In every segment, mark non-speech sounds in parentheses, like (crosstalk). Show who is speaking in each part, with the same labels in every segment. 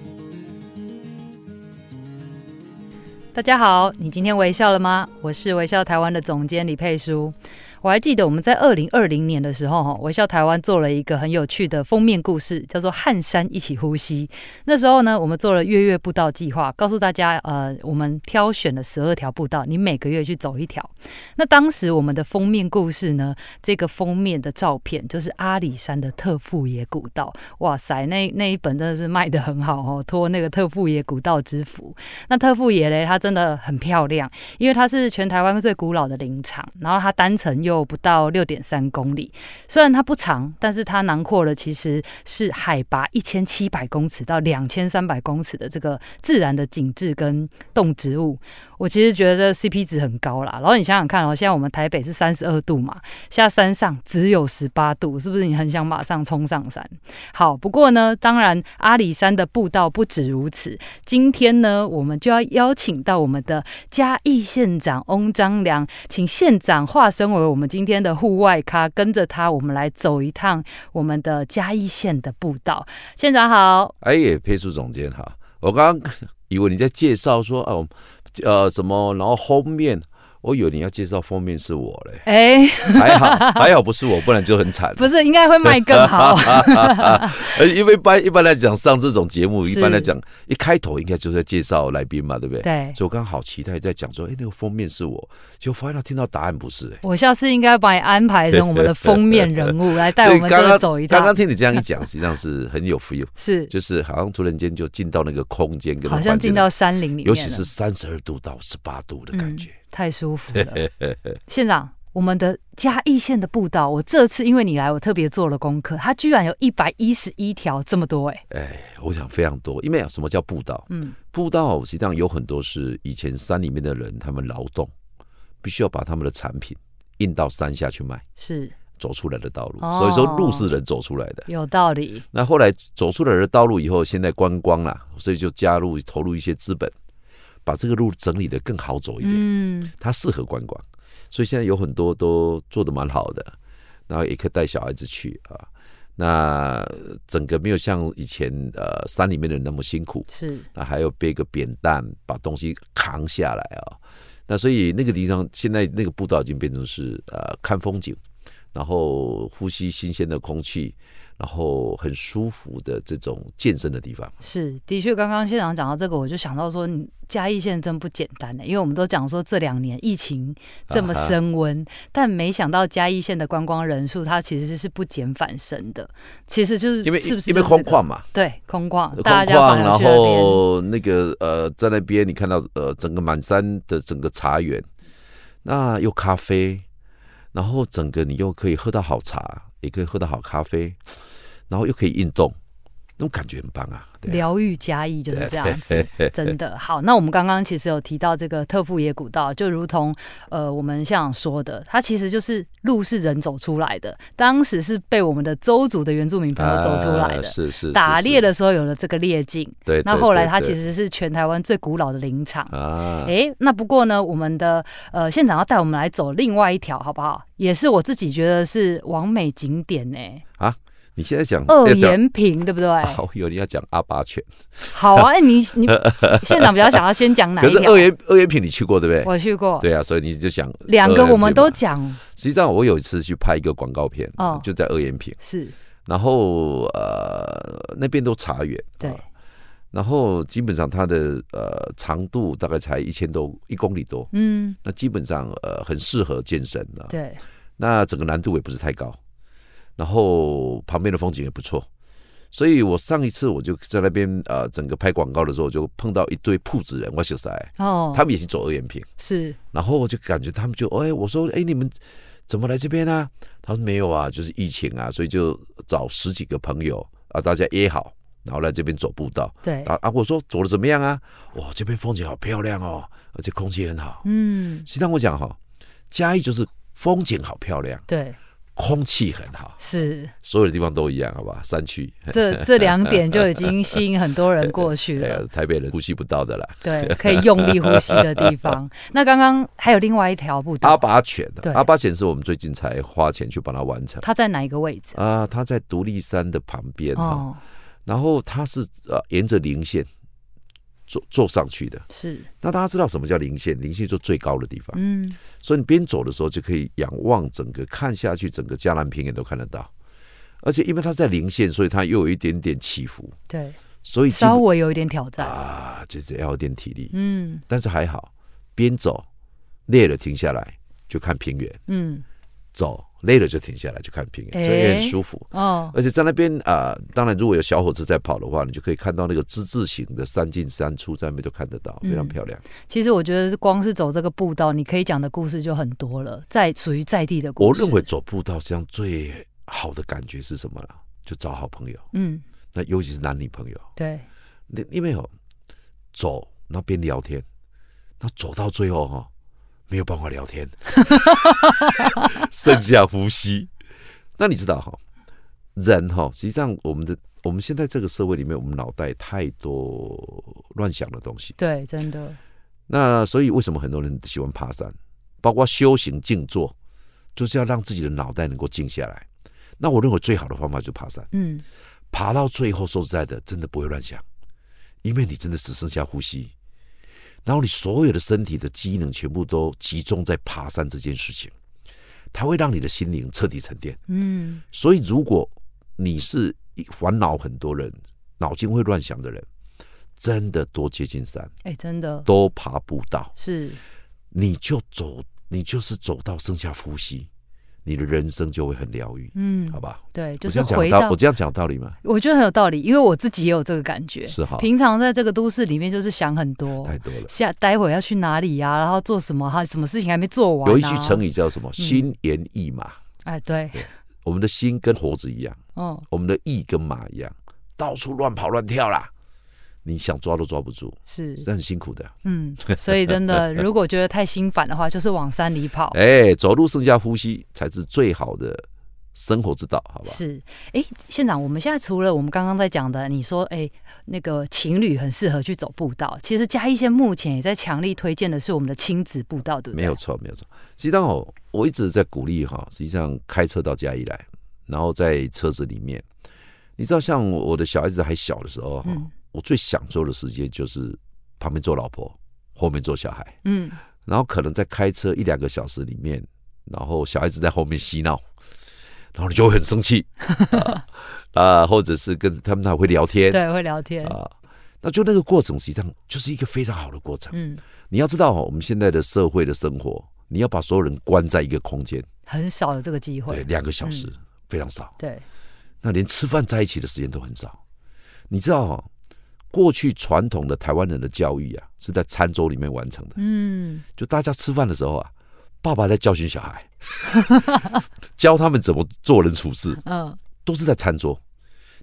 Speaker 1: 大家好，你今天微笑了吗？我是微笑台湾的总监李佩书。我还记得我们在二零二零年的时候，哈，微笑台湾做了一个很有趣的封面故事，叫做《和山一起呼吸》。那时候呢，我们做了月月步道计划，告诉大家，呃，我们挑选了十二条步道，你每个月去走一条。那当时我们的封面故事呢，这个封面的照片就是阿里山的特富野古道。哇塞，那那一本真的是卖的很好哦，托那个特富野古道之福。那特富野嘞，它真的很漂亮，因为它是全台湾最古老的林场，然后它单程又不到六点三公里，虽然它不长，但是它囊括了其实是海拔一千七百公尺到两千三百公尺的这个自然的景致跟动植物。我其实觉得 CP 值很高啦。然后你想想看哦，现在我们台北是三十二度嘛，现在山上只有十八度，是不是你很想马上冲上山？好，不过呢，当然阿里山的步道不止如此，今天呢，我们就要邀请到我们的嘉义县长翁章良，请县长化身为我们今天的户外咖，跟着他，我们来走一趟我们的嘉义县的步道。县长好，
Speaker 2: 哎耶，佩树总监好，我刚刚以为你在介绍说哦，呃什么，然后封面，我以为你要介绍封面是我
Speaker 1: (laughs)
Speaker 2: 嘞，
Speaker 1: 哎、
Speaker 2: 还好还好不是我，不然就很惨。
Speaker 1: 不是应该会卖更 (laughs) 好？
Speaker 2: 呃， (laughs) 因为一般一般来讲，上这种节目，
Speaker 1: 是
Speaker 2: 一般来讲一开头应该就是在介绍来宾嘛，对不对？
Speaker 1: 对。
Speaker 2: 所以我刚好期待在讲说，哎、那个封面是我，结果发现他听到答案不是、哎。
Speaker 1: 我下次应该把你安排成我们的封面人物，来带
Speaker 2: 所
Speaker 1: 我
Speaker 2: 以
Speaker 1: 们
Speaker 2: 刚
Speaker 1: 这
Speaker 2: 刚
Speaker 1: 个走一
Speaker 2: 刚
Speaker 1: 趟
Speaker 2: 刚。听你这样一讲，实际上是很有 feel，
Speaker 1: 是，
Speaker 2: 就是好像突然间就进到那个空间跟那个
Speaker 1: 好像
Speaker 2: 环境
Speaker 1: 进
Speaker 2: 里
Speaker 1: 到山林里面了，
Speaker 2: 尤其是三十二度到十八度的感觉
Speaker 1: 嗯。、太舒服
Speaker 2: (laughs)
Speaker 1: 了。县长，我们的嘉义县的步道，我这次因为你来，我特别做了功课，它居然有一百一十一条，这么多
Speaker 2: (laughs)
Speaker 1: 哎、
Speaker 2: 我想非常多，因为什么叫步道？
Speaker 1: 嗯，
Speaker 2: 步道实际上有很多是以前山里面的人他们劳动，必须要把他们的产品运到山下去卖，
Speaker 1: 是
Speaker 2: 走出来的道路。
Speaker 1: 哦
Speaker 2: 所以说路是人走出来的。
Speaker 1: 有道
Speaker 2: (laughs)
Speaker 1: 理，
Speaker 2: 那后来走出来的道路以后，现在观光啦，所以就加入投入一些资本，把这个路整理的更好走一点。
Speaker 1: 嗯，
Speaker 2: 它适合观光，所以现在有很多都做的蛮好的，然后也可以带小孩子去啊。那呃整个没有像以前呃山里面的人那么辛苦，
Speaker 1: 是
Speaker 2: 那还有背个扁担把东西扛下来啊。那所以那个地方现在那个步道已经变成是呃看风景，然后呼吸新鲜的空气，然后很舒服的这种健身的地方。
Speaker 1: 是，的确，刚刚县长讲到这个，我就想到说，你嘉义县真不简单哎呢、因为我们都讲说这两年疫情这么
Speaker 2: 啊哈
Speaker 1: 升温，但没想到嘉义县的观光人数它其实是不减反升的，其实就是
Speaker 2: 因为
Speaker 1: 是不是
Speaker 2: 因为
Speaker 1: 就是
Speaker 2: 空
Speaker 1: 这个
Speaker 2: 旷嘛，
Speaker 1: 对空旷，
Speaker 2: 空
Speaker 1: 大家
Speaker 2: 旷，
Speaker 1: 反而
Speaker 2: 然
Speaker 1: 去那边
Speaker 2: 后那个呃，在那边你看到呃，整个满山的整个茶园，那有咖啡，然后整个你又可以喝到好茶，也可以喝到好咖啡，然后又可以运动，那种感觉很棒啊！对啊，
Speaker 1: 疗愈嘉义就是这样子， (laughs) 真的好。那我们刚刚其实有提到这个特富野古道，就如同呃我们像说的，它其实就是路是人走出来的，当时是被我们的周族的原住民朋
Speaker 2: (laughs)
Speaker 1: 友走出来
Speaker 2: 啊
Speaker 1: 的。
Speaker 2: 是是是
Speaker 1: 打
Speaker 2: 是
Speaker 1: 猎的时候有了这个猎境，
Speaker 2: 对，
Speaker 1: 那
Speaker 2: 对
Speaker 1: 后来
Speaker 2: 对
Speaker 1: 它
Speaker 2: 对
Speaker 1: 其实是哎全台湾最古老的林场。
Speaker 2: 啊，
Speaker 1: 诶，那不过呢，我们的呃县长要带我们来走另外一条，好不好？也是我自己觉得是完美景点呢、
Speaker 2: 你现在讲
Speaker 1: 二
Speaker 2: 要 (laughs) 讲，
Speaker 1: 延平，对不对？
Speaker 2: 哦，有你要讲阿巴犬，
Speaker 1: 好
Speaker 2: (laughs)
Speaker 1: 啊，哎你你县长比较想要先讲哪一
Speaker 2: 可是
Speaker 1: 条
Speaker 2: 二？元二元品你去过对不对？
Speaker 1: 我去过，
Speaker 2: 对啊，所以你就想
Speaker 1: 两个我们都
Speaker 2: 二元品嘛
Speaker 1: 讲
Speaker 2: 实际上，我有一次去拍一个广告片，
Speaker 1: 哦
Speaker 2: 就在二元平，
Speaker 1: 是
Speaker 2: 然后呃那边都茶园，
Speaker 1: 对
Speaker 2: 啊，然后基本上它的呃长度大概才一千多一公里多，
Speaker 1: 嗯
Speaker 2: 那基本上呃很适合健身的、啊，
Speaker 1: 对
Speaker 2: 那整个难度也不是太高，然后旁边的风景也不错，所以我上一次我就在那边呃整个拍广告的时候，我就碰到一对铺子人，我小塞，
Speaker 1: 哦，
Speaker 2: 他们也是走二元平。
Speaker 1: 是
Speaker 2: 然后我就感觉他们就哎，我说哎，你们怎么来这边啊？他说没有啊，就是疫情啊，所以就找十几个朋友啊，大家约好然后来这边走步道。
Speaker 1: 对，
Speaker 2: 啊啊，我说走的怎么样啊？哇，这边风景好漂亮哦，而且空气很好。
Speaker 1: 嗯，
Speaker 2: 实际上我讲哈、嘉义就是风景好漂亮，
Speaker 1: 对，
Speaker 2: 空气很好，
Speaker 1: 是
Speaker 2: 所有的地方都一样，好吧？山区，
Speaker 1: 这这两点就已经吸引很多人过去
Speaker 2: 哎呀 (laughs)
Speaker 1: 了，，
Speaker 2: 台北人呼吸不到的啦。
Speaker 1: 对，可以用力呼吸的地方。
Speaker 2: (laughs)
Speaker 1: 那刚刚还有另外一条步
Speaker 2: 阿
Speaker 1: 道，
Speaker 2: 巴犬啊
Speaker 1: 对，
Speaker 2: 阿巴犬是我们最近才花钱去帮它完成
Speaker 1: 它在哪一个位置？
Speaker 2: 啊，它在独立山的旁边哈、
Speaker 1: 哦，
Speaker 2: 然后它是呃沿着零线坐坐上去的。
Speaker 1: 是，
Speaker 2: 那大家知道什么叫零线？零线就最高的地方，
Speaker 1: 嗯，
Speaker 2: 所以你边走的时候就可以仰望整个看下去，整个嘉南平原都看得到。而且因为它在零线，所以它又有一点点起伏，
Speaker 1: 对，
Speaker 2: 所以基
Speaker 1: 稍
Speaker 2: 本
Speaker 1: 微有一点挑战，
Speaker 2: 啊就是要有点体力，
Speaker 1: 嗯
Speaker 2: 但是还好，边走累了停下来就看平原。
Speaker 1: 嗯，
Speaker 2: 走，累了就停下来就看平原，所以也很舒服。
Speaker 1: 哦，
Speaker 2: 而且在那边啊、呃当然如果有小火车在跑的话，你就可以看到那个之字形的山进山出，在那边都看得到，
Speaker 1: 嗯
Speaker 2: 非常漂亮。
Speaker 1: 其实我觉得光是走这个步道，你可以讲的故事就很多了，在属于在地的故
Speaker 2: 我
Speaker 1: 事。
Speaker 2: 认为，走步道实际上最好的感觉是什么呢？就找好朋友，
Speaker 1: 嗯，
Speaker 2: 那尤其是男女朋友，
Speaker 1: 对，
Speaker 2: 那因为哦，走那边聊天，那走到最后哈、哦，没有办法聊 (laughs) 天，剩下呼吸。那你知道哈、人哈、实际上我们的我们现在这个社会里面，我们脑袋太多乱想的东西。
Speaker 1: 对，真的，
Speaker 2: 那所以为什么很多人喜欢爬山，包括修行静坐，就是要让自己的脑袋能够静下来。那我认为最好的方法就是爬山，
Speaker 1: 嗯，
Speaker 2: 爬到最后，说实在的，真的不会乱想，因为你真的只剩下呼吸，然后你所有的身体的机能全部都集中在爬山这件事情，它会让你的心灵彻底沉淀。
Speaker 1: 嗯，
Speaker 2: 所以，如果你是一烦恼很多人、脑筋会乱想的人，真的多接近山，
Speaker 1: 哎，真的
Speaker 2: 多爬步道，
Speaker 1: 是，
Speaker 2: 你就走，你就是走到剩下呼吸，你的人生就会很疗愈，
Speaker 1: 嗯
Speaker 2: 好，吧？
Speaker 1: 对，就
Speaker 2: 我这
Speaker 1: 是
Speaker 2: 样讲
Speaker 1: 回
Speaker 2: 有
Speaker 1: 到
Speaker 2: 道，我这样讲有道理吗？
Speaker 1: 我觉得很有道理，因为我自己也有这个感觉。
Speaker 2: 是哈，
Speaker 1: 平常在这个都市里面，就是想很多，
Speaker 2: 太多了。
Speaker 1: 下待会要去哪里啊呀、然后做什么哈、什么事情还没做完、啊。
Speaker 2: 有一句成语叫什么？心猿意马。
Speaker 1: 哎，对，
Speaker 2: 我们的心跟猴子一样，
Speaker 1: 嗯，
Speaker 2: 我们的意跟马一样，到处乱跑乱跳啦，你想抓都抓不住，
Speaker 1: 是，
Speaker 2: 是很辛苦的。
Speaker 1: 嗯，所以真
Speaker 2: (laughs)
Speaker 1: 的，如果觉得太心烦的话，就是往山里跑。
Speaker 2: 哎，走路剩下呼吸才是最好的生活之道，好吧？
Speaker 1: 是，哎，县长，我们现在除了我们刚刚在讲的，你说，哎，那个情侣很适合去走步道，其实嘉义县目前也在强力推荐的是我们的亲子步道，对不对？
Speaker 2: 没有，错，没有错。实际上哦，我一直在鼓励哈，实际上开车到嘉义来，然后在车子里面，你知道，像我的小孩子还小的时候哈，
Speaker 1: 嗯
Speaker 2: 我最享受的时间就是旁边坐老婆，后面坐小孩。
Speaker 1: 嗯，
Speaker 2: 然后可能在开车一两个小时里面，然后小孩子在后面嬉闹，然后你就会很
Speaker 1: (laughs)
Speaker 2: 生气啊、啊或者是跟他们还会聊天啊、
Speaker 1: 对，会聊天，
Speaker 2: 那就那个过程实际上就是一个非常好的过程。
Speaker 1: 嗯，
Speaker 2: 你要知道、哦，我们现在的社会的生活，你要把所有人关在一个空间，
Speaker 1: 很少有这个机
Speaker 2: 对，
Speaker 1: 会，
Speaker 2: 两个小时、
Speaker 1: 嗯
Speaker 2: 非常少，
Speaker 1: 对，
Speaker 2: 那连吃饭在一起的时间都很少。你知道、哦，过去传统的台湾人的教育啊，是在餐桌里面完成的。
Speaker 1: 嗯，
Speaker 2: 就大家吃饭的时候啊，爸爸在教训
Speaker 1: (laughs)
Speaker 2: 小孩，教他们怎么做人处事，
Speaker 1: 嗯，
Speaker 2: 都是在餐桌。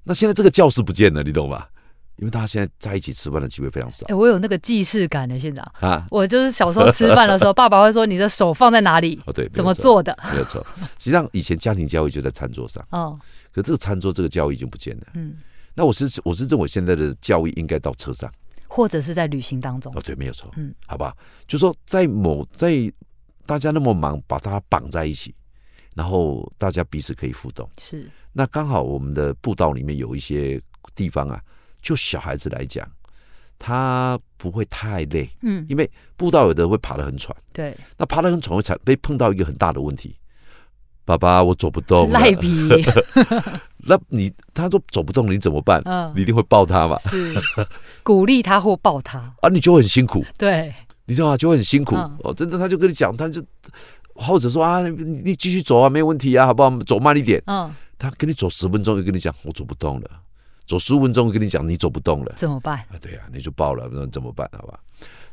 Speaker 2: 那现在这个教室不见了，你懂吧？因为大家现在在一起吃饭的机会非常少
Speaker 1: 哎，我有那个既视感的，县长。
Speaker 2: 啊。
Speaker 1: 我就是小时候吃饭
Speaker 2: (laughs)
Speaker 1: 的时候，爸爸会说你的手放在哪里，
Speaker 2: 哦，对，没有
Speaker 1: 怎么
Speaker 2: 错？
Speaker 1: 做的，
Speaker 2: 没有错。实际上，以前家庭教育就在餐桌上，
Speaker 1: 嗯
Speaker 2: 可这个餐桌这个教育已经不见了。
Speaker 1: 嗯，
Speaker 2: 那我是我是认为现在的教育应该到车上。
Speaker 1: 或者是在旅行当中
Speaker 2: 哦，，对，没有错。
Speaker 1: 嗯
Speaker 2: 嗯，好吧，就说在某在大家那么忙，把它绑在一起，然后大家彼此可以互动。
Speaker 1: 是
Speaker 2: 那刚好我们的步道里面有一些地方啊，就小孩子来讲，他不会太累，
Speaker 1: 嗯
Speaker 2: 因为步道有的会爬得很喘，
Speaker 1: 对，
Speaker 2: 那爬得很喘会产被碰到一个很大的问题。爸爸，哦我走不动
Speaker 1: (laughs)
Speaker 2: 了。
Speaker 1: 赖
Speaker 2: (laughs)
Speaker 1: 皮，
Speaker 2: 那你他说走不动，你怎么办？
Speaker 1: 嗯
Speaker 2: 你一定会抱他嘛？
Speaker 1: 是 (laughs) 鼓励他或抱他，
Speaker 2: 啊，你就很辛
Speaker 1: (laughs)
Speaker 2: 苦，
Speaker 1: 对，
Speaker 2: 你知道吗？就会很辛苦、
Speaker 1: 嗯
Speaker 2: 哦。真的，他就跟你讲，他就或者说啊，你你继续走啊，没问题啊，好不好？走慢一点。
Speaker 1: 嗯，
Speaker 2: 他跟你走十分钟，又跟你讲我走不动了；走十五分钟，又跟你讲你走不动了。
Speaker 1: 怎么办？
Speaker 2: 啊，对啊，你就爆了，那怎么办？好吧？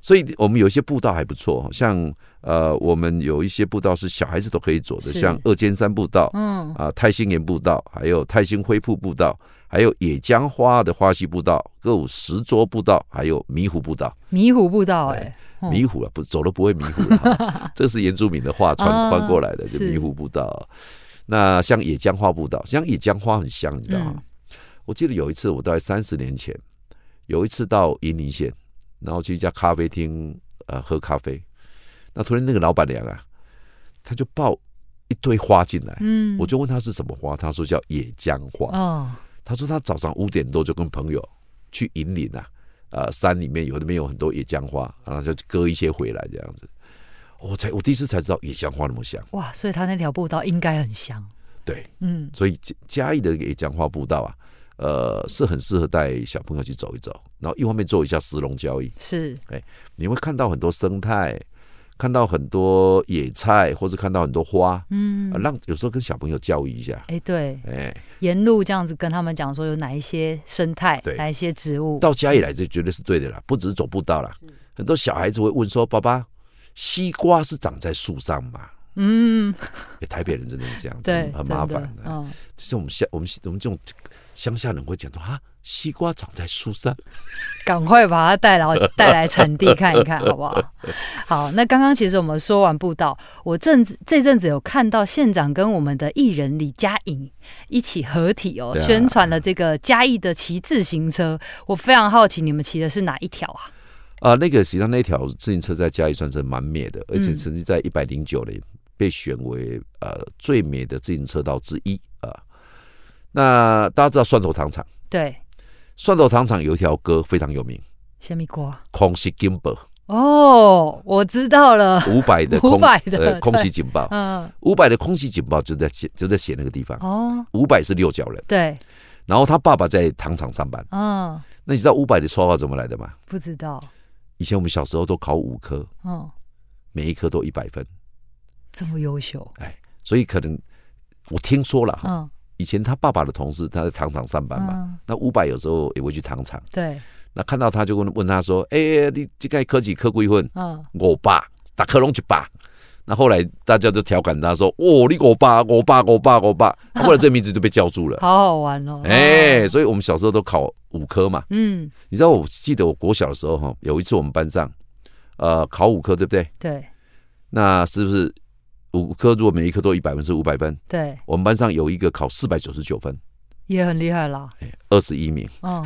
Speaker 2: 所以我们有一些步道还不错，像呃，我们有一些步道是小孩子都可以走的，
Speaker 1: 是
Speaker 2: 像二尖山步道
Speaker 1: 嗯
Speaker 2: 啊、泰兴岩步道，还有泰兴灰瀑步道，还还有野江花的花溪步道、歌舞石桌步道，还有迷糊步道。
Speaker 1: 迷糊步道哎、哦
Speaker 2: 迷糊了，不走了不会迷糊
Speaker 1: (laughs)
Speaker 2: 了哈。这是原住民的话
Speaker 1: 啊
Speaker 2: 穿穿过来的，就是迷糊步道。那像野姜花步道，像野姜花很香，你知道吗？
Speaker 1: 嗯
Speaker 2: 我记得有一次，我大概三十年前，有一次到云林县，然后去一家咖啡厅呃喝咖啡，那突然那个老板娘啊，她就抱一堆花进来，
Speaker 1: 嗯，
Speaker 2: 我就问她是什么花，她说叫野姜花。
Speaker 1: 哦，
Speaker 2: 他说他早上五点多就跟朋友去引领啊，呃，山里面有那边有很多野姜花，然后就割一些回来这样子。我才我第一次才知道野姜花那么香，
Speaker 1: 哇，所以它那条步道应该很香，
Speaker 2: 对，
Speaker 1: 嗯，
Speaker 2: 所以嘉嘉义的这个野姜花步道啊，呃，是很适合带小朋友去走一走，然后一方面做一下石龙交易，
Speaker 1: 是，
Speaker 2: 你会看到很多生态，看到很多野菜，或是看到很多花，
Speaker 1: 嗯
Speaker 2: 啊，，让有时候跟小朋友教育一下，
Speaker 1: 哎、对，
Speaker 2: 哎、
Speaker 1: 沿路这样子跟他们讲说有哪一些生态，
Speaker 2: 对
Speaker 1: 哪一些植物，
Speaker 2: 到家里来这绝对是对的啦，不只是走步道啦。很多小孩子会问说：“爸爸，西瓜是长在树上吗
Speaker 1: 嗯，？”
Speaker 2: 欸、台北人真的是这样子，
Speaker 1: 对，
Speaker 2: 很很麻
Speaker 1: 真
Speaker 2: 烦
Speaker 1: 的
Speaker 2: 的。
Speaker 1: 嗯，
Speaker 2: 就像我们乡我们我们这种乡下人会讲说：“啊，西瓜长在树上。
Speaker 1: 赶快把它带来带来产地看一看，好不好？好，那刚刚其实我们说完步道，我阵子这阵子有看到县长跟我们的艺人李佳颖一起合体哦，
Speaker 2: 对啊
Speaker 1: 宣传了这个嘉义的骑自行车。我非常好奇你们骑的是哪一条啊？”
Speaker 2: 啊，那个实际上那条自行车在嘉义算是蛮美的，而且
Speaker 1: 嗯
Speaker 2: 曾经在一百零九年被选为呃最美的自行车道之一啊、那大家知道蒜头糖厂，
Speaker 1: 对，
Speaker 2: 蒜头糖厂有一条歌非常有名，
Speaker 1: 虾米瓜。
Speaker 2: 《空袭警报》
Speaker 1: 哦，我知道了。
Speaker 2: 五百的空
Speaker 1: 500的
Speaker 2: 呃空
Speaker 1: 对
Speaker 2: 袭警报，
Speaker 1: 嗯，
Speaker 2: 五百的空袭警报就在写就在写那个地方。
Speaker 1: 哦，
Speaker 2: 五百是六角人，
Speaker 1: 对，
Speaker 2: 然后他爸爸在糖厂上班。
Speaker 1: 嗯，
Speaker 2: 那你知道五百的绰号怎么来的吗？
Speaker 1: 不知道，
Speaker 2: 以前我们小时候都考五科，
Speaker 1: 嗯，
Speaker 2: 每一科都一百分，
Speaker 1: 这么优秀，
Speaker 2: 所以可能我听说了哈，
Speaker 1: 嗯，
Speaker 2: 以前他爸爸的同事他在糖厂上班嘛，
Speaker 1: 嗯，
Speaker 2: 那五百有时候也会去糖厂，
Speaker 1: 对，
Speaker 2: 那看到他就问问他说：“哎、你这个科几科几分？
Speaker 1: 嗯，
Speaker 2: 我爸打克隆一把。”那后来大家就调侃他说：“哦，你我爸，我爸，我爸，我爸。”后来这名字就被叫住了。
Speaker 1: 好好玩哦。
Speaker 2: 哎、
Speaker 1: 哦
Speaker 2: 所以我们小时候都考五科嘛。
Speaker 1: 嗯，
Speaker 2: 你知道，我记得我国小的时候哈，有一次我们班上，呃，考五科，对不对？
Speaker 1: 对
Speaker 2: 那是不是五科如果每一科都一百分是五百分？
Speaker 1: 对，
Speaker 2: 我们班上有一个考四百九十九分，
Speaker 1: 也很厉害啦。
Speaker 2: 二十
Speaker 1: (laughs)
Speaker 2: 一名。
Speaker 1: 嗯，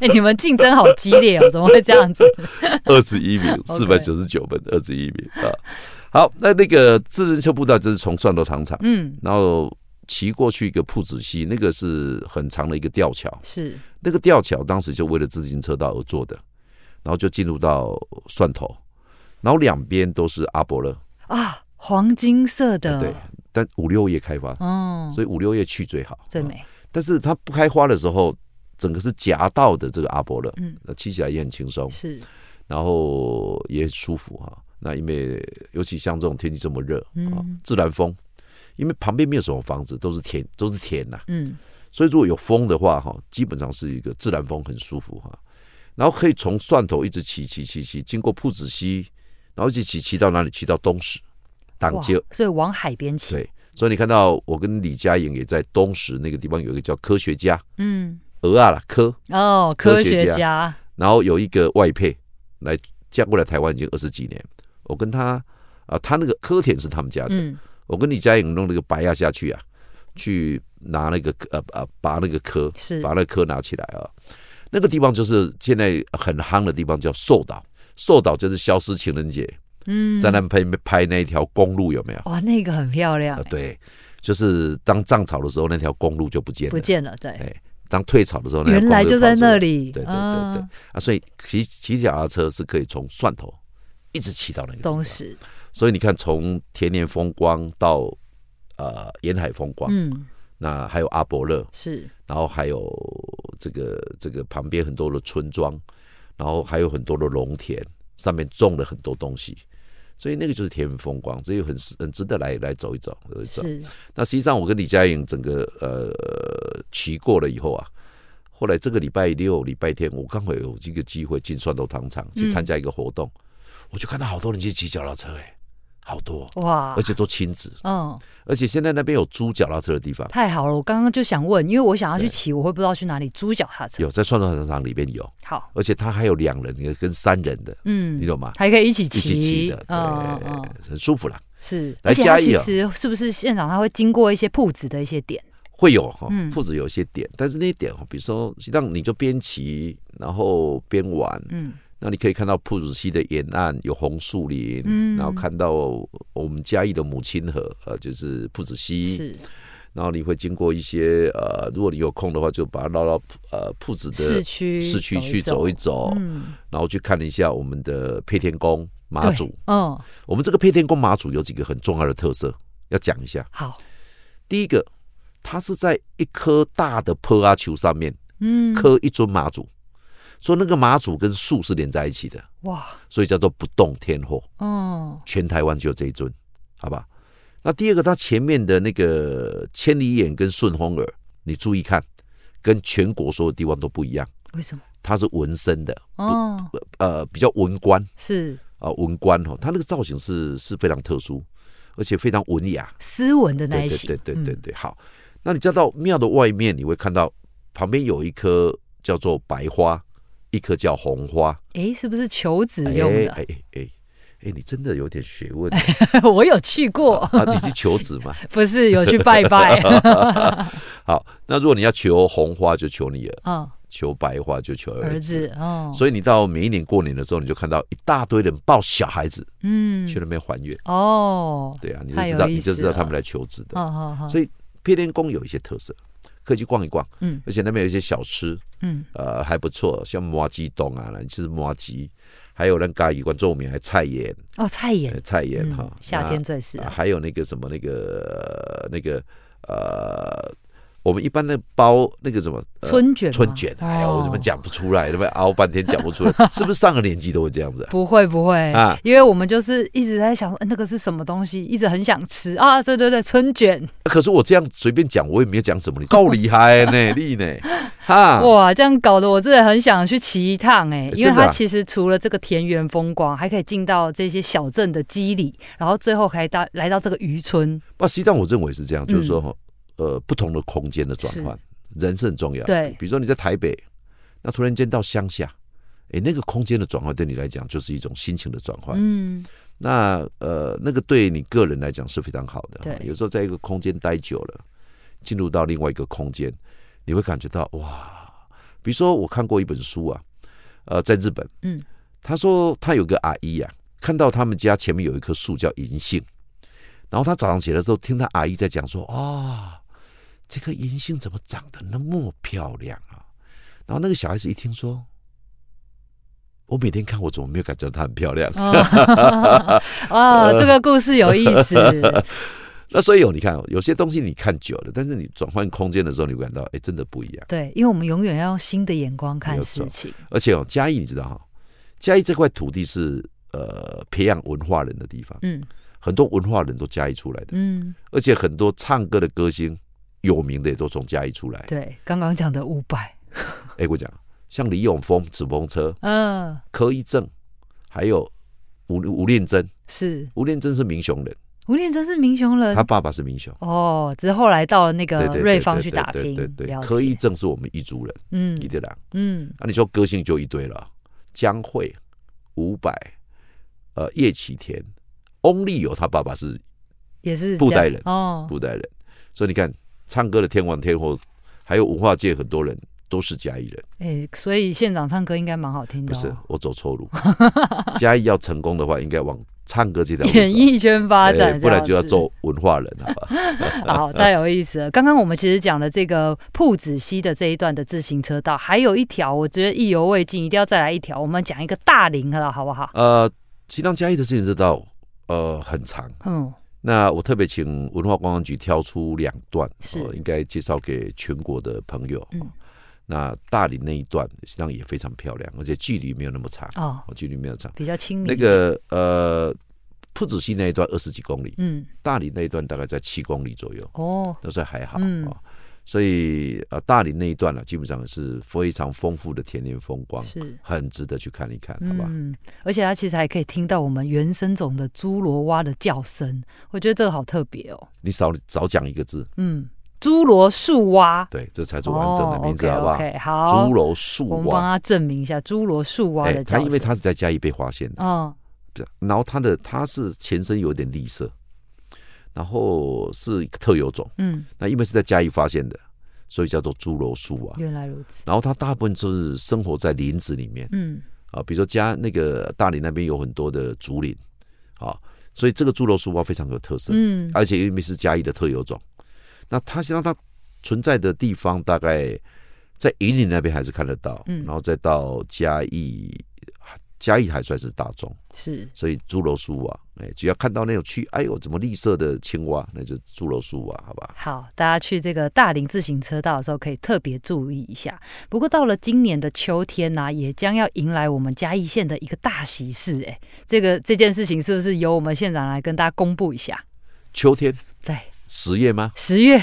Speaker 1: 哎，你们竞争好激烈哦，怎么会这样子？
Speaker 2: 二十一名，四百
Speaker 1: OK
Speaker 2: 九十九分，二十一名啊。好，那那个自行车步道就是从蒜头糖厂，
Speaker 1: 嗯，
Speaker 2: 然后骑过去一个铺子溪，那个是很长的一个吊桥，
Speaker 1: 是，
Speaker 2: 那个吊桥当时就为了自行车道而做的，然后就进入到蒜头，然后两边都是阿伯勒，
Speaker 1: 啊，黄金色的，
Speaker 2: 哎对，但五六月开花，
Speaker 1: 嗯，
Speaker 2: 所以五六月去最好，
Speaker 1: 最
Speaker 2: 啊。
Speaker 1: 美，
Speaker 2: 但是它不开花的时候，整个是夹道的这个阿伯勒，
Speaker 1: 嗯，
Speaker 2: 那骑起来也很轻松，
Speaker 1: 是，
Speaker 2: 然后也很舒服哈、那因为尤其像这种天气这么热啊
Speaker 1: 嗯，
Speaker 2: 自然风，因为旁边没有什么房子，都是田，都是田呐、
Speaker 1: 嗯，
Speaker 2: 所以如果有风的话，哈，基本上是一个自然风，很舒服哈。然后可以从蒜头一直骑骑骑骑，经过铺子溪，然后一直骑骑到哪里？骑到东石，党
Speaker 1: 哇
Speaker 2: 街。，
Speaker 1: 所以往海边骑，
Speaker 2: 对，所以你看到我跟李佳颖也在东石那个地方有一个叫科学家
Speaker 1: 嗯，
Speaker 2: 鹅啊啦科，
Speaker 1: 哦，科
Speaker 2: 科学
Speaker 1: 学
Speaker 2: 家
Speaker 1: 家，
Speaker 2: 然后有一个外配来嫁过来台湾已经二十几年，我跟他啊，他那个科田是他们家的，
Speaker 1: 嗯，
Speaker 2: 我跟李佳颖弄那个白鸭下去啊，去拿那个呃呃拔那个壳，
Speaker 1: 是
Speaker 2: 把那个壳拿起来啊。那个地方就是现在很夯的地方，叫寿岛。寿岛就是消失情人节，
Speaker 1: 嗯，哦
Speaker 2: 在那边拍拍那一条公路有没有？
Speaker 1: 哇，那个很漂亮
Speaker 2: 啊
Speaker 1: 欸，，
Speaker 2: 对，就是当涨潮的时候，那条公路就不见
Speaker 1: 不
Speaker 2: 了；
Speaker 1: 见了，对，
Speaker 2: 当退潮的时候，哎那条
Speaker 1: 原
Speaker 2: 公
Speaker 1: 来
Speaker 2: 路
Speaker 1: 就在
Speaker 2: 跑出来
Speaker 1: 那。里，
Speaker 2: 对对对
Speaker 1: 嗯
Speaker 2: 对，啊，所以骑骑脚踏车是可以从蒜头一直骑到那个地方
Speaker 1: 东。石，
Speaker 2: 所以你看，从田园风光到呃沿海风光，
Speaker 1: 嗯，
Speaker 2: 那还有阿伯勒，
Speaker 1: 是，
Speaker 2: 然后还有这个这个旁边很多的村庄，然后还有很多的农田，上面种了很多东西，所以那个就是田园风光，所以很很值得来来走一走，走一走。
Speaker 1: 是，
Speaker 2: 那实际上我跟李佳颖整个呃骑过了以后啊，后来这个礼拜六、礼拜天，我刚好有这个机会进蒜头糖厂去参加一个活动，我就看到好多人去骑脚踏车、欸，哎，好多，
Speaker 1: 哇
Speaker 2: 而，且都亲子，
Speaker 1: 嗯，
Speaker 2: 而且现在那边有租脚踏车的地方，
Speaker 1: 太好了，我刚刚就想问，因为我想要去
Speaker 2: 对
Speaker 1: 骑，我会不知道去哪里租脚踏车。
Speaker 2: 有在创造市场里面有，
Speaker 1: 好，
Speaker 2: 而且它还有两人跟三人的，
Speaker 1: 嗯
Speaker 2: 你，懂吗？
Speaker 1: 还可以一起骑，
Speaker 2: 一起骑的，
Speaker 1: 嗯嗯嗯
Speaker 2: 对，很舒服啦。
Speaker 1: 是，
Speaker 2: 来
Speaker 1: 而且它
Speaker 2: 嘉义
Speaker 1: 其
Speaker 2: 哦
Speaker 1: 实是不是现场它会经过一些铺子的一些点？
Speaker 2: 会有哈
Speaker 1: 嗯，
Speaker 2: 铺子有一些点，但是那一点哦，比如说让你就边骑，然后边玩，
Speaker 1: 嗯，
Speaker 2: 那你可以看到铺子溪的沿岸有红树林，
Speaker 1: 嗯
Speaker 2: 然后看到我们嘉义的母亲河，呃，就是铺子溪，
Speaker 1: 是
Speaker 2: 然后你会经过一些呃，如果你有空的话，就把它绕到呃铺子
Speaker 1: 市
Speaker 2: 的
Speaker 1: 区
Speaker 2: 市区去走一走，
Speaker 1: 嗯，
Speaker 2: 然后去看一下我们的配天宫马
Speaker 1: 对
Speaker 2: 祖。
Speaker 1: 嗯，
Speaker 2: 我们这个配天宫马祖有几个很重要的特色要讲一下。
Speaker 1: 好，
Speaker 2: 第一个，它是在一棵大的坡阿球上面
Speaker 1: 嗯，
Speaker 2: 刻一尊马祖，所以那个马祖跟树是连在一起的，
Speaker 1: 哇，
Speaker 2: 所以叫做不动天后。
Speaker 1: 嗯，
Speaker 2: 全台湾只有这一尊，好吧？那第二个，它前面的那个千里眼跟顺风耳，你注意看，跟全国所有地方都不一样，
Speaker 1: 为什么？
Speaker 2: 它是纹身的，
Speaker 1: 哦，
Speaker 2: 呃，比较文官
Speaker 1: 是
Speaker 2: 啊、文官哦，它那个造型是是非常特殊，而且非常文雅。
Speaker 1: 斯文的那
Speaker 2: 对
Speaker 1: 一
Speaker 2: 对
Speaker 1: 型，
Speaker 2: 对对对
Speaker 1: 嗯
Speaker 2: 对，好。那你再到庙的外面，你会看到旁边有一棵叫做白花，一棵叫红花。
Speaker 1: 诶，是不是求子
Speaker 2: 哎
Speaker 1: 用的？
Speaker 2: 哎哎哎哎，你真的有点学问欸
Speaker 1: (laughs) 我有去过，
Speaker 2: 啊！你去求子嘛？
Speaker 1: 不是有去拜
Speaker 2: (laughs)
Speaker 1: 拜，
Speaker 2: 好，那如果你要求红花，就求女儿；
Speaker 1: 嗯，
Speaker 2: 求白花，就求儿
Speaker 1: 儿
Speaker 2: 子。
Speaker 1: 子，哦，
Speaker 2: 所以你到每一年过年的时候，你就看到一大堆人抱小孩子
Speaker 1: 嗯，
Speaker 2: 去那边还愿。
Speaker 1: 哦，
Speaker 2: 对啊，你就
Speaker 1: 太有
Speaker 2: 知道，
Speaker 1: 意
Speaker 2: 你就
Speaker 1: 思
Speaker 2: 知道他
Speaker 1: 了哦
Speaker 2: 们来求子的。
Speaker 1: 好好好，
Speaker 2: 所以配天宫有一些特色，可以去逛一逛，
Speaker 1: 嗯
Speaker 2: 而且那边有一些小吃，
Speaker 1: 嗯，
Speaker 2: 呃，还不错，像麻鸡冻啊，就是麻鸡，还有那咖喱关皱面，还菜盐，
Speaker 1: 哦，菜眼
Speaker 2: 呃，菜盐
Speaker 1: 嗯
Speaker 2: 哈，
Speaker 1: 夏
Speaker 2: 那
Speaker 1: 天最是
Speaker 2: 啊，还有那个什么那个、呃那个呃，我们一般的包那个什么、呃、
Speaker 1: 春卷吗，
Speaker 2: 春卷，哎呀，我怎么
Speaker 1: 哦？
Speaker 2: 讲不出来？那么熬半天讲不
Speaker 1: (laughs)
Speaker 2: 出来，是不是上个年纪都会这样子、啊？
Speaker 1: 不会不会
Speaker 2: 啊
Speaker 1: 因为我们就是一直在想说，哎那个是什么东西，一直很想吃啊。对对对，春卷，
Speaker 2: 啊可是我这样随便讲，我也没有讲
Speaker 1: (laughs)
Speaker 2: 什么，你够厉害呢，你呢？哈，
Speaker 1: 哇，这样搞得我真的很想去骑一趟哎、
Speaker 2: 啊哎
Speaker 1: 因为
Speaker 2: 真的
Speaker 1: 它
Speaker 2: 啊
Speaker 1: 其实除了这个田园风光，还可以进到这些小镇的肌理，然后最后还到来到这个渔村，
Speaker 2: 那实际上我认为是这样，就是
Speaker 1: 嗯
Speaker 2: 说哈，呃，不同的空间的转换，人是很重要的。
Speaker 1: 对
Speaker 2: 比如说你在台北，那突然间到乡下，诶，那个空间的转换对你来讲就是一种心情的转换。
Speaker 1: 嗯，
Speaker 2: 那呃，那个对你个人来讲是非常好的。
Speaker 1: 对
Speaker 2: 哈有时候在一个空间待久了，进入到另外一个空间，你会感觉到哇，比如说我看过一本书啊，呃，在日本，
Speaker 1: 嗯，
Speaker 2: 他说他有个阿姨啊，看到他们家前面有一棵树叫银杏，然后他早上起来的时候，听他阿姨在讲说啊、这棵银杏怎么长得那么漂亮啊？然后那个小孩子一听说。我每天看，我怎么没有感觉到它很漂亮？
Speaker 1: 哦， (laughs) 哦
Speaker 2: (laughs)
Speaker 1: 这个故事有意思， (laughs)
Speaker 2: 那所以有你看哦，有些东西你看久了，但是你转换空间的时候，你会感到哎、真的不一样。
Speaker 1: 对，因为我们永远要用新的眼光看
Speaker 2: 没有
Speaker 1: 事
Speaker 2: 错
Speaker 1: 情，
Speaker 2: 而且哦，嘉义你知道哈、嘉义这块土地是呃培养文化人的地方，
Speaker 1: 嗯
Speaker 2: 很多文化人都嘉义出来的，
Speaker 1: 嗯，
Speaker 2: 而且很多唱歌的歌星有名的也都从嘉义出来。
Speaker 1: 对，刚刚讲的五百，
Speaker 2: 哎、我讲像李永峰、纸风车、
Speaker 1: 嗯，
Speaker 2: 柯一正，还有吴吴念真，
Speaker 1: 是
Speaker 2: 吴念真是民雄人，
Speaker 1: 吴念真是民雄人
Speaker 2: 他，爸爸是民雄。
Speaker 1: 哦，只是后来到了那个
Speaker 2: 对对对
Speaker 1: 呃瑞
Speaker 2: 对
Speaker 1: 芳
Speaker 2: 对
Speaker 1: 去
Speaker 2: 对
Speaker 1: 打
Speaker 2: 对
Speaker 1: 拼，
Speaker 2: 对对，
Speaker 1: 了
Speaker 2: 柯一
Speaker 1: 解，
Speaker 2: 正是我们彝族人，
Speaker 1: 嗯
Speaker 2: 彝族人。
Speaker 1: 嗯，
Speaker 2: 啊那、你说歌星就一堆了，江蕙、伍佰、呃叶启田、翁立友，他爸爸是
Speaker 1: 也是
Speaker 2: 布
Speaker 1: 这样
Speaker 2: 袋人
Speaker 1: 哦，
Speaker 2: 布袋人，所以你看唱歌的天王天后，还有文化界很多人都是嘉义人，
Speaker 1: 哎、所以现场唱歌应该蛮好听
Speaker 2: 不
Speaker 1: 的、
Speaker 2: 是
Speaker 1: 哦，
Speaker 2: 我走错路。 (laughs) 嘉义要成功的话，应该往唱歌这条
Speaker 1: (laughs)
Speaker 2: 路
Speaker 1: 演
Speaker 2: 走。
Speaker 1: 艺圈发展、
Speaker 2: 哎不然就要
Speaker 1: 这样子。
Speaker 2: 做文化人，好吧？ (laughs)
Speaker 1: 好，太有意思了。刚刚我们其实讲了这个铺子溪的这一段的自行车道，还有一条我觉得意犹未尽，一定要再来一条。我们讲一个大林了，好不好？
Speaker 2: 呃，其实嘉义的事情知道，呃，很长。
Speaker 1: 嗯，
Speaker 2: 那我特别请文化观光局挑出两段，哦
Speaker 1: 是
Speaker 2: 应该介绍给全国的朋友。
Speaker 1: 嗯
Speaker 2: 那大理那一段实际上也非常漂亮，而且距离没有那么长，
Speaker 1: 哦，嗯
Speaker 2: 哦，距离没有长。
Speaker 1: 比较亲民。
Speaker 2: 那，个呃，铺子溪那一段二十几公里，
Speaker 1: 嗯，
Speaker 2: 大理那一段大概在七公里左右，
Speaker 1: 哦，
Speaker 2: 那算还好、
Speaker 1: 嗯
Speaker 2: 哦。所以呃，大林那一段呢、基本上是非常丰富的田园风光，
Speaker 1: 是。
Speaker 2: 很值得去看一看，好吧？
Speaker 1: 嗯，而且它其实还可以听到我们原生种的侏罗蛙的叫声，我觉得这个好特别哦。
Speaker 2: 你少少讲一个字，
Speaker 1: 嗯，侏罗树蛙
Speaker 2: 对，这才是完整的名字，
Speaker 1: 哦
Speaker 2: 好不好？
Speaker 1: OK，, o 好，
Speaker 2: 侏罗树
Speaker 1: 我们帮他
Speaker 2: 蛙，
Speaker 1: 证明一下侏罗树蛙的叫
Speaker 2: 它
Speaker 1: 声。
Speaker 2: 哎因为它是在嘉义被发现的，
Speaker 1: 嗯
Speaker 2: 不是然后它的它是前身有点绿色，然后是特有种，
Speaker 1: 嗯，
Speaker 2: 那因为是在嘉义发现的，所以叫做侏罗树蛙。
Speaker 1: 原来如此。
Speaker 2: 然后它大部分就是生活在林子里面
Speaker 1: 嗯
Speaker 2: 啊，比如说家那个大理那边有很多的竹林啊，所以这个侏罗树啊蛙非常有特色，
Speaker 1: 嗯，
Speaker 2: 而且因为是嘉义的特有种，那它实际上它存在的地方大概在宜林那边还是看得到，
Speaker 1: 嗯
Speaker 2: 然后再到嘉义，嘉义还算是大众，
Speaker 1: 是
Speaker 2: 所以侏罗树蛙，哎，只要看到那种去，哎呦，怎么绿色的青蛙，那就是侏罗树啊蛙，好吧？
Speaker 1: 好，大家去这个大林自行车道的时候，可以特别注意一下。不过到了今年的秋天呢、也将要迎来我们嘉义县的一个大喜事、哎，这个这件事情是不是由我们县长来跟大家公布一下？
Speaker 2: 秋天
Speaker 1: 对，
Speaker 2: 十月吗？
Speaker 1: 十
Speaker 2: (laughs)
Speaker 1: 月，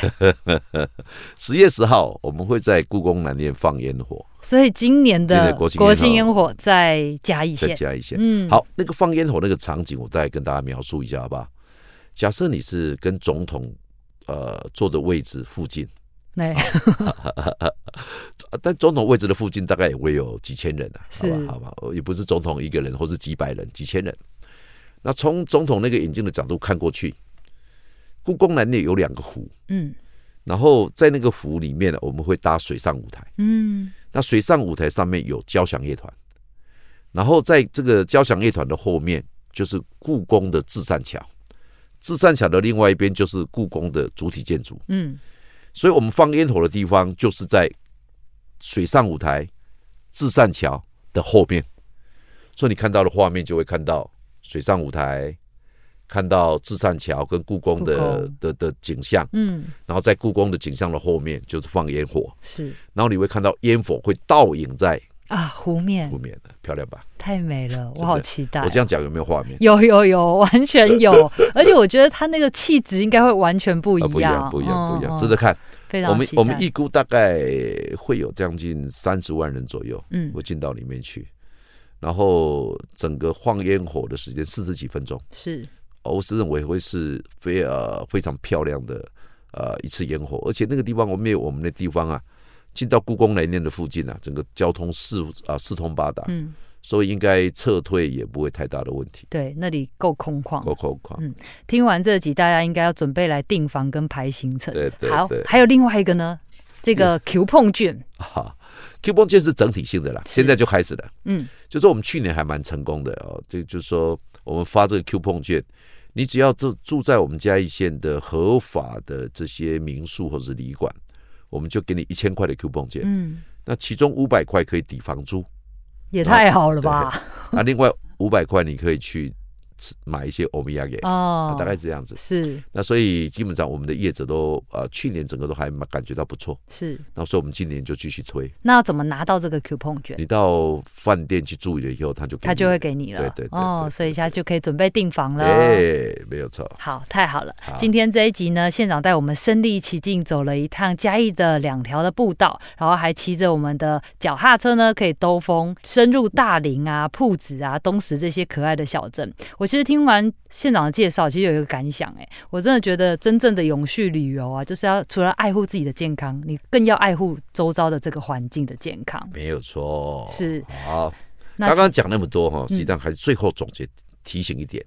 Speaker 2: 十月十号，我们会在故宫南面放烟火，
Speaker 1: 所以今年
Speaker 2: 今年
Speaker 1: 的
Speaker 2: 的国庆
Speaker 1: 国
Speaker 2: 烟
Speaker 1: 庆
Speaker 2: 火
Speaker 1: 烟火在嘉义
Speaker 2: 再
Speaker 1: 县。
Speaker 2: 加一些。
Speaker 1: 嗯，
Speaker 2: 好，那个放烟火那个场景，我大概跟大家描述一下，好不好？假设你是跟总统呃坐的位置附近，
Speaker 1: 那、
Speaker 2: 呃但总统位置的附近大概也会有几千人啊，好吧
Speaker 1: 是，
Speaker 2: 好吧，呃也不是总统一个人，或是几百人，几千人。那从总统那个眼镜的角度看过去，故宫南面有两个湖，
Speaker 1: 嗯
Speaker 2: 然后在那个湖里面呢，我们会搭水上舞台。
Speaker 1: 嗯，
Speaker 2: 那水上舞台上面有交响乐团，然后在这个交响乐团的后面就是故宫的至善桥，至善桥的另外一边就是故宫的主体建筑，
Speaker 1: 嗯，
Speaker 2: 所以我们放烟火的地方就是在水上舞台、至善桥的后面，所以你看到的画面就会看到水上舞台。看到至善桥跟故宫
Speaker 1: 故
Speaker 2: 的
Speaker 1: 宫
Speaker 2: 的的景象，
Speaker 1: 嗯，
Speaker 2: 然后在故宫的景象的后面就是放烟火，
Speaker 1: 是
Speaker 2: 然后你会看到烟火会倒影在
Speaker 1: 啊，湖面
Speaker 2: 不免的，漂亮吧？
Speaker 1: 太美了，
Speaker 2: 是
Speaker 1: 我
Speaker 2: 不
Speaker 1: 好
Speaker 2: 是
Speaker 1: 期待
Speaker 2: 我。这样讲有没有画 (laughs) 面？
Speaker 1: 有有有，完全有，而且我觉得他那个气质应该会完全不一
Speaker 2: 啊，不一
Speaker 1: 样，
Speaker 2: 样，不一样，不一
Speaker 1: 嗯
Speaker 2: 样，值得，看。
Speaker 1: 嗯非常
Speaker 2: 我们
Speaker 1: 期待
Speaker 2: 我们预估大概会有将近三十万人左右
Speaker 1: 嗯
Speaker 2: 会进到里面去，然后整个放烟火的时间四十几分钟，
Speaker 1: 是
Speaker 2: 呃我是认为会是非呃非常漂亮的呃一次烟火，而且那个地方我们也有我们的地方啊。进到故宫来念的附近啊，整个交通四啊四通八达，
Speaker 1: 嗯
Speaker 2: 所以应该撤退也不会太大的问题。
Speaker 1: 对，那里够空旷。
Speaker 2: 够够快，
Speaker 1: 嗯听完这集，大家应该要准备来订房跟排行程。
Speaker 2: 对对
Speaker 1: 好
Speaker 2: 对，。 (laughs)
Speaker 1: 还有另外一个呢，这个 Q 碰券，
Speaker 2: 哈，Q 棒券是整体性的啦，现在就开始了。
Speaker 1: 嗯，
Speaker 2: 就说我们去年还蛮成功的哦，这就是说我们发这个 Q 棒券，你只要住住在我们嘉义县的合法的这些民宿或者是旅馆，我们就给你一千块的 Q 棒券，
Speaker 1: 嗯，
Speaker 2: 那其中五百块可以抵房租，
Speaker 1: (laughs) 也太好了吧？
Speaker 2: 啊，另外五百块你可以去吃买一些欧米亚给，
Speaker 1: 哦
Speaker 2: 啊，大概是这样子。
Speaker 1: 是
Speaker 2: 那所以基本上我们的业者都呃去年整个都还蛮感觉到不错，
Speaker 1: 是。
Speaker 2: 那所以我们今年就继续推。
Speaker 1: 那要怎么拿到这个 Q 碰券？
Speaker 2: 你到饭店去住了以后，他就给
Speaker 1: 他
Speaker 2: 你
Speaker 1: 就会给你了。
Speaker 2: 对对对对
Speaker 1: 哦，
Speaker 2: 对
Speaker 1: 所以现在就可以准备订房了。
Speaker 2: 哎，没有错，
Speaker 1: 好，太好了！
Speaker 2: 好
Speaker 1: 今天这一集呢，县长带我们身临其境走了一趟嘉义的两条的步道，然后还骑着我们的脚踏车呢，可以兜风，深入大林啊、铺子啊、东石这些可爱的小镇。我其实听完县长的介绍，其实有一个感想、哎，我真的觉得真正的永续旅游啊，就是要除了爱护自己的健康，你更要爱护周遭的这个环境的健康。
Speaker 2: 没有错，
Speaker 1: 是
Speaker 2: 好。
Speaker 1: 那
Speaker 2: 刚刚讲那么多哈，实际上还是最后总结提醒一点，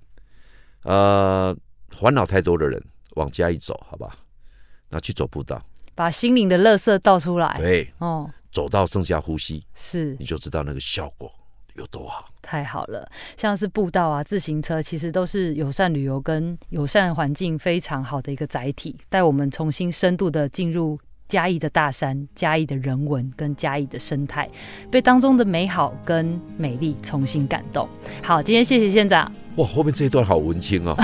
Speaker 2: 呃，烦恼太多的人往家一走，好吧，那去走步道，
Speaker 1: 把心灵的垃圾倒出来，
Speaker 2: 对，
Speaker 1: 哦，
Speaker 2: 走到剩下呼吸，
Speaker 1: 是
Speaker 2: 你就知道那个效果有多好。
Speaker 1: 太好了，像是步道啊、自行车，其实都是友善旅游跟友善环境非常好的一个载体，带我们重新深度的进入嘉义的大山、嘉义的人文跟嘉义的生态，被当中的美好跟美丽重新感动。好，今天谢谢县长， (laughs)
Speaker 2: 哇，后面这一段好文青哦。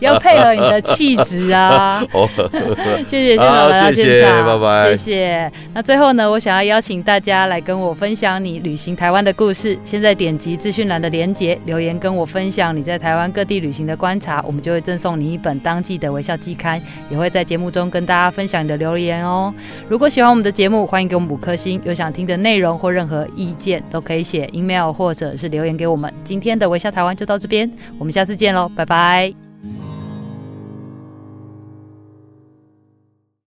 Speaker 1: 要配合你的气质啊。
Speaker 2: (laughs) 哦，
Speaker 1: (laughs) 谢谢现场来到现场，
Speaker 2: 好谢谢拜拜
Speaker 1: 谢谢。那最后呢，我想要邀请大家来跟我分享你旅行台湾的故事。现在点击资讯栏的连结，留言跟我分享你在台湾各地旅行的观察，我们就会赠送你一本当季的微笑季刊，也会在节目中跟大家分享你的留言哦。如果喜欢我们的节目，欢迎给我们五颗星。有想听的内容或任何意见，都可以写 email 或者是留言给我们。今天的微笑台湾就到这边，我们下次见喽，拜拜。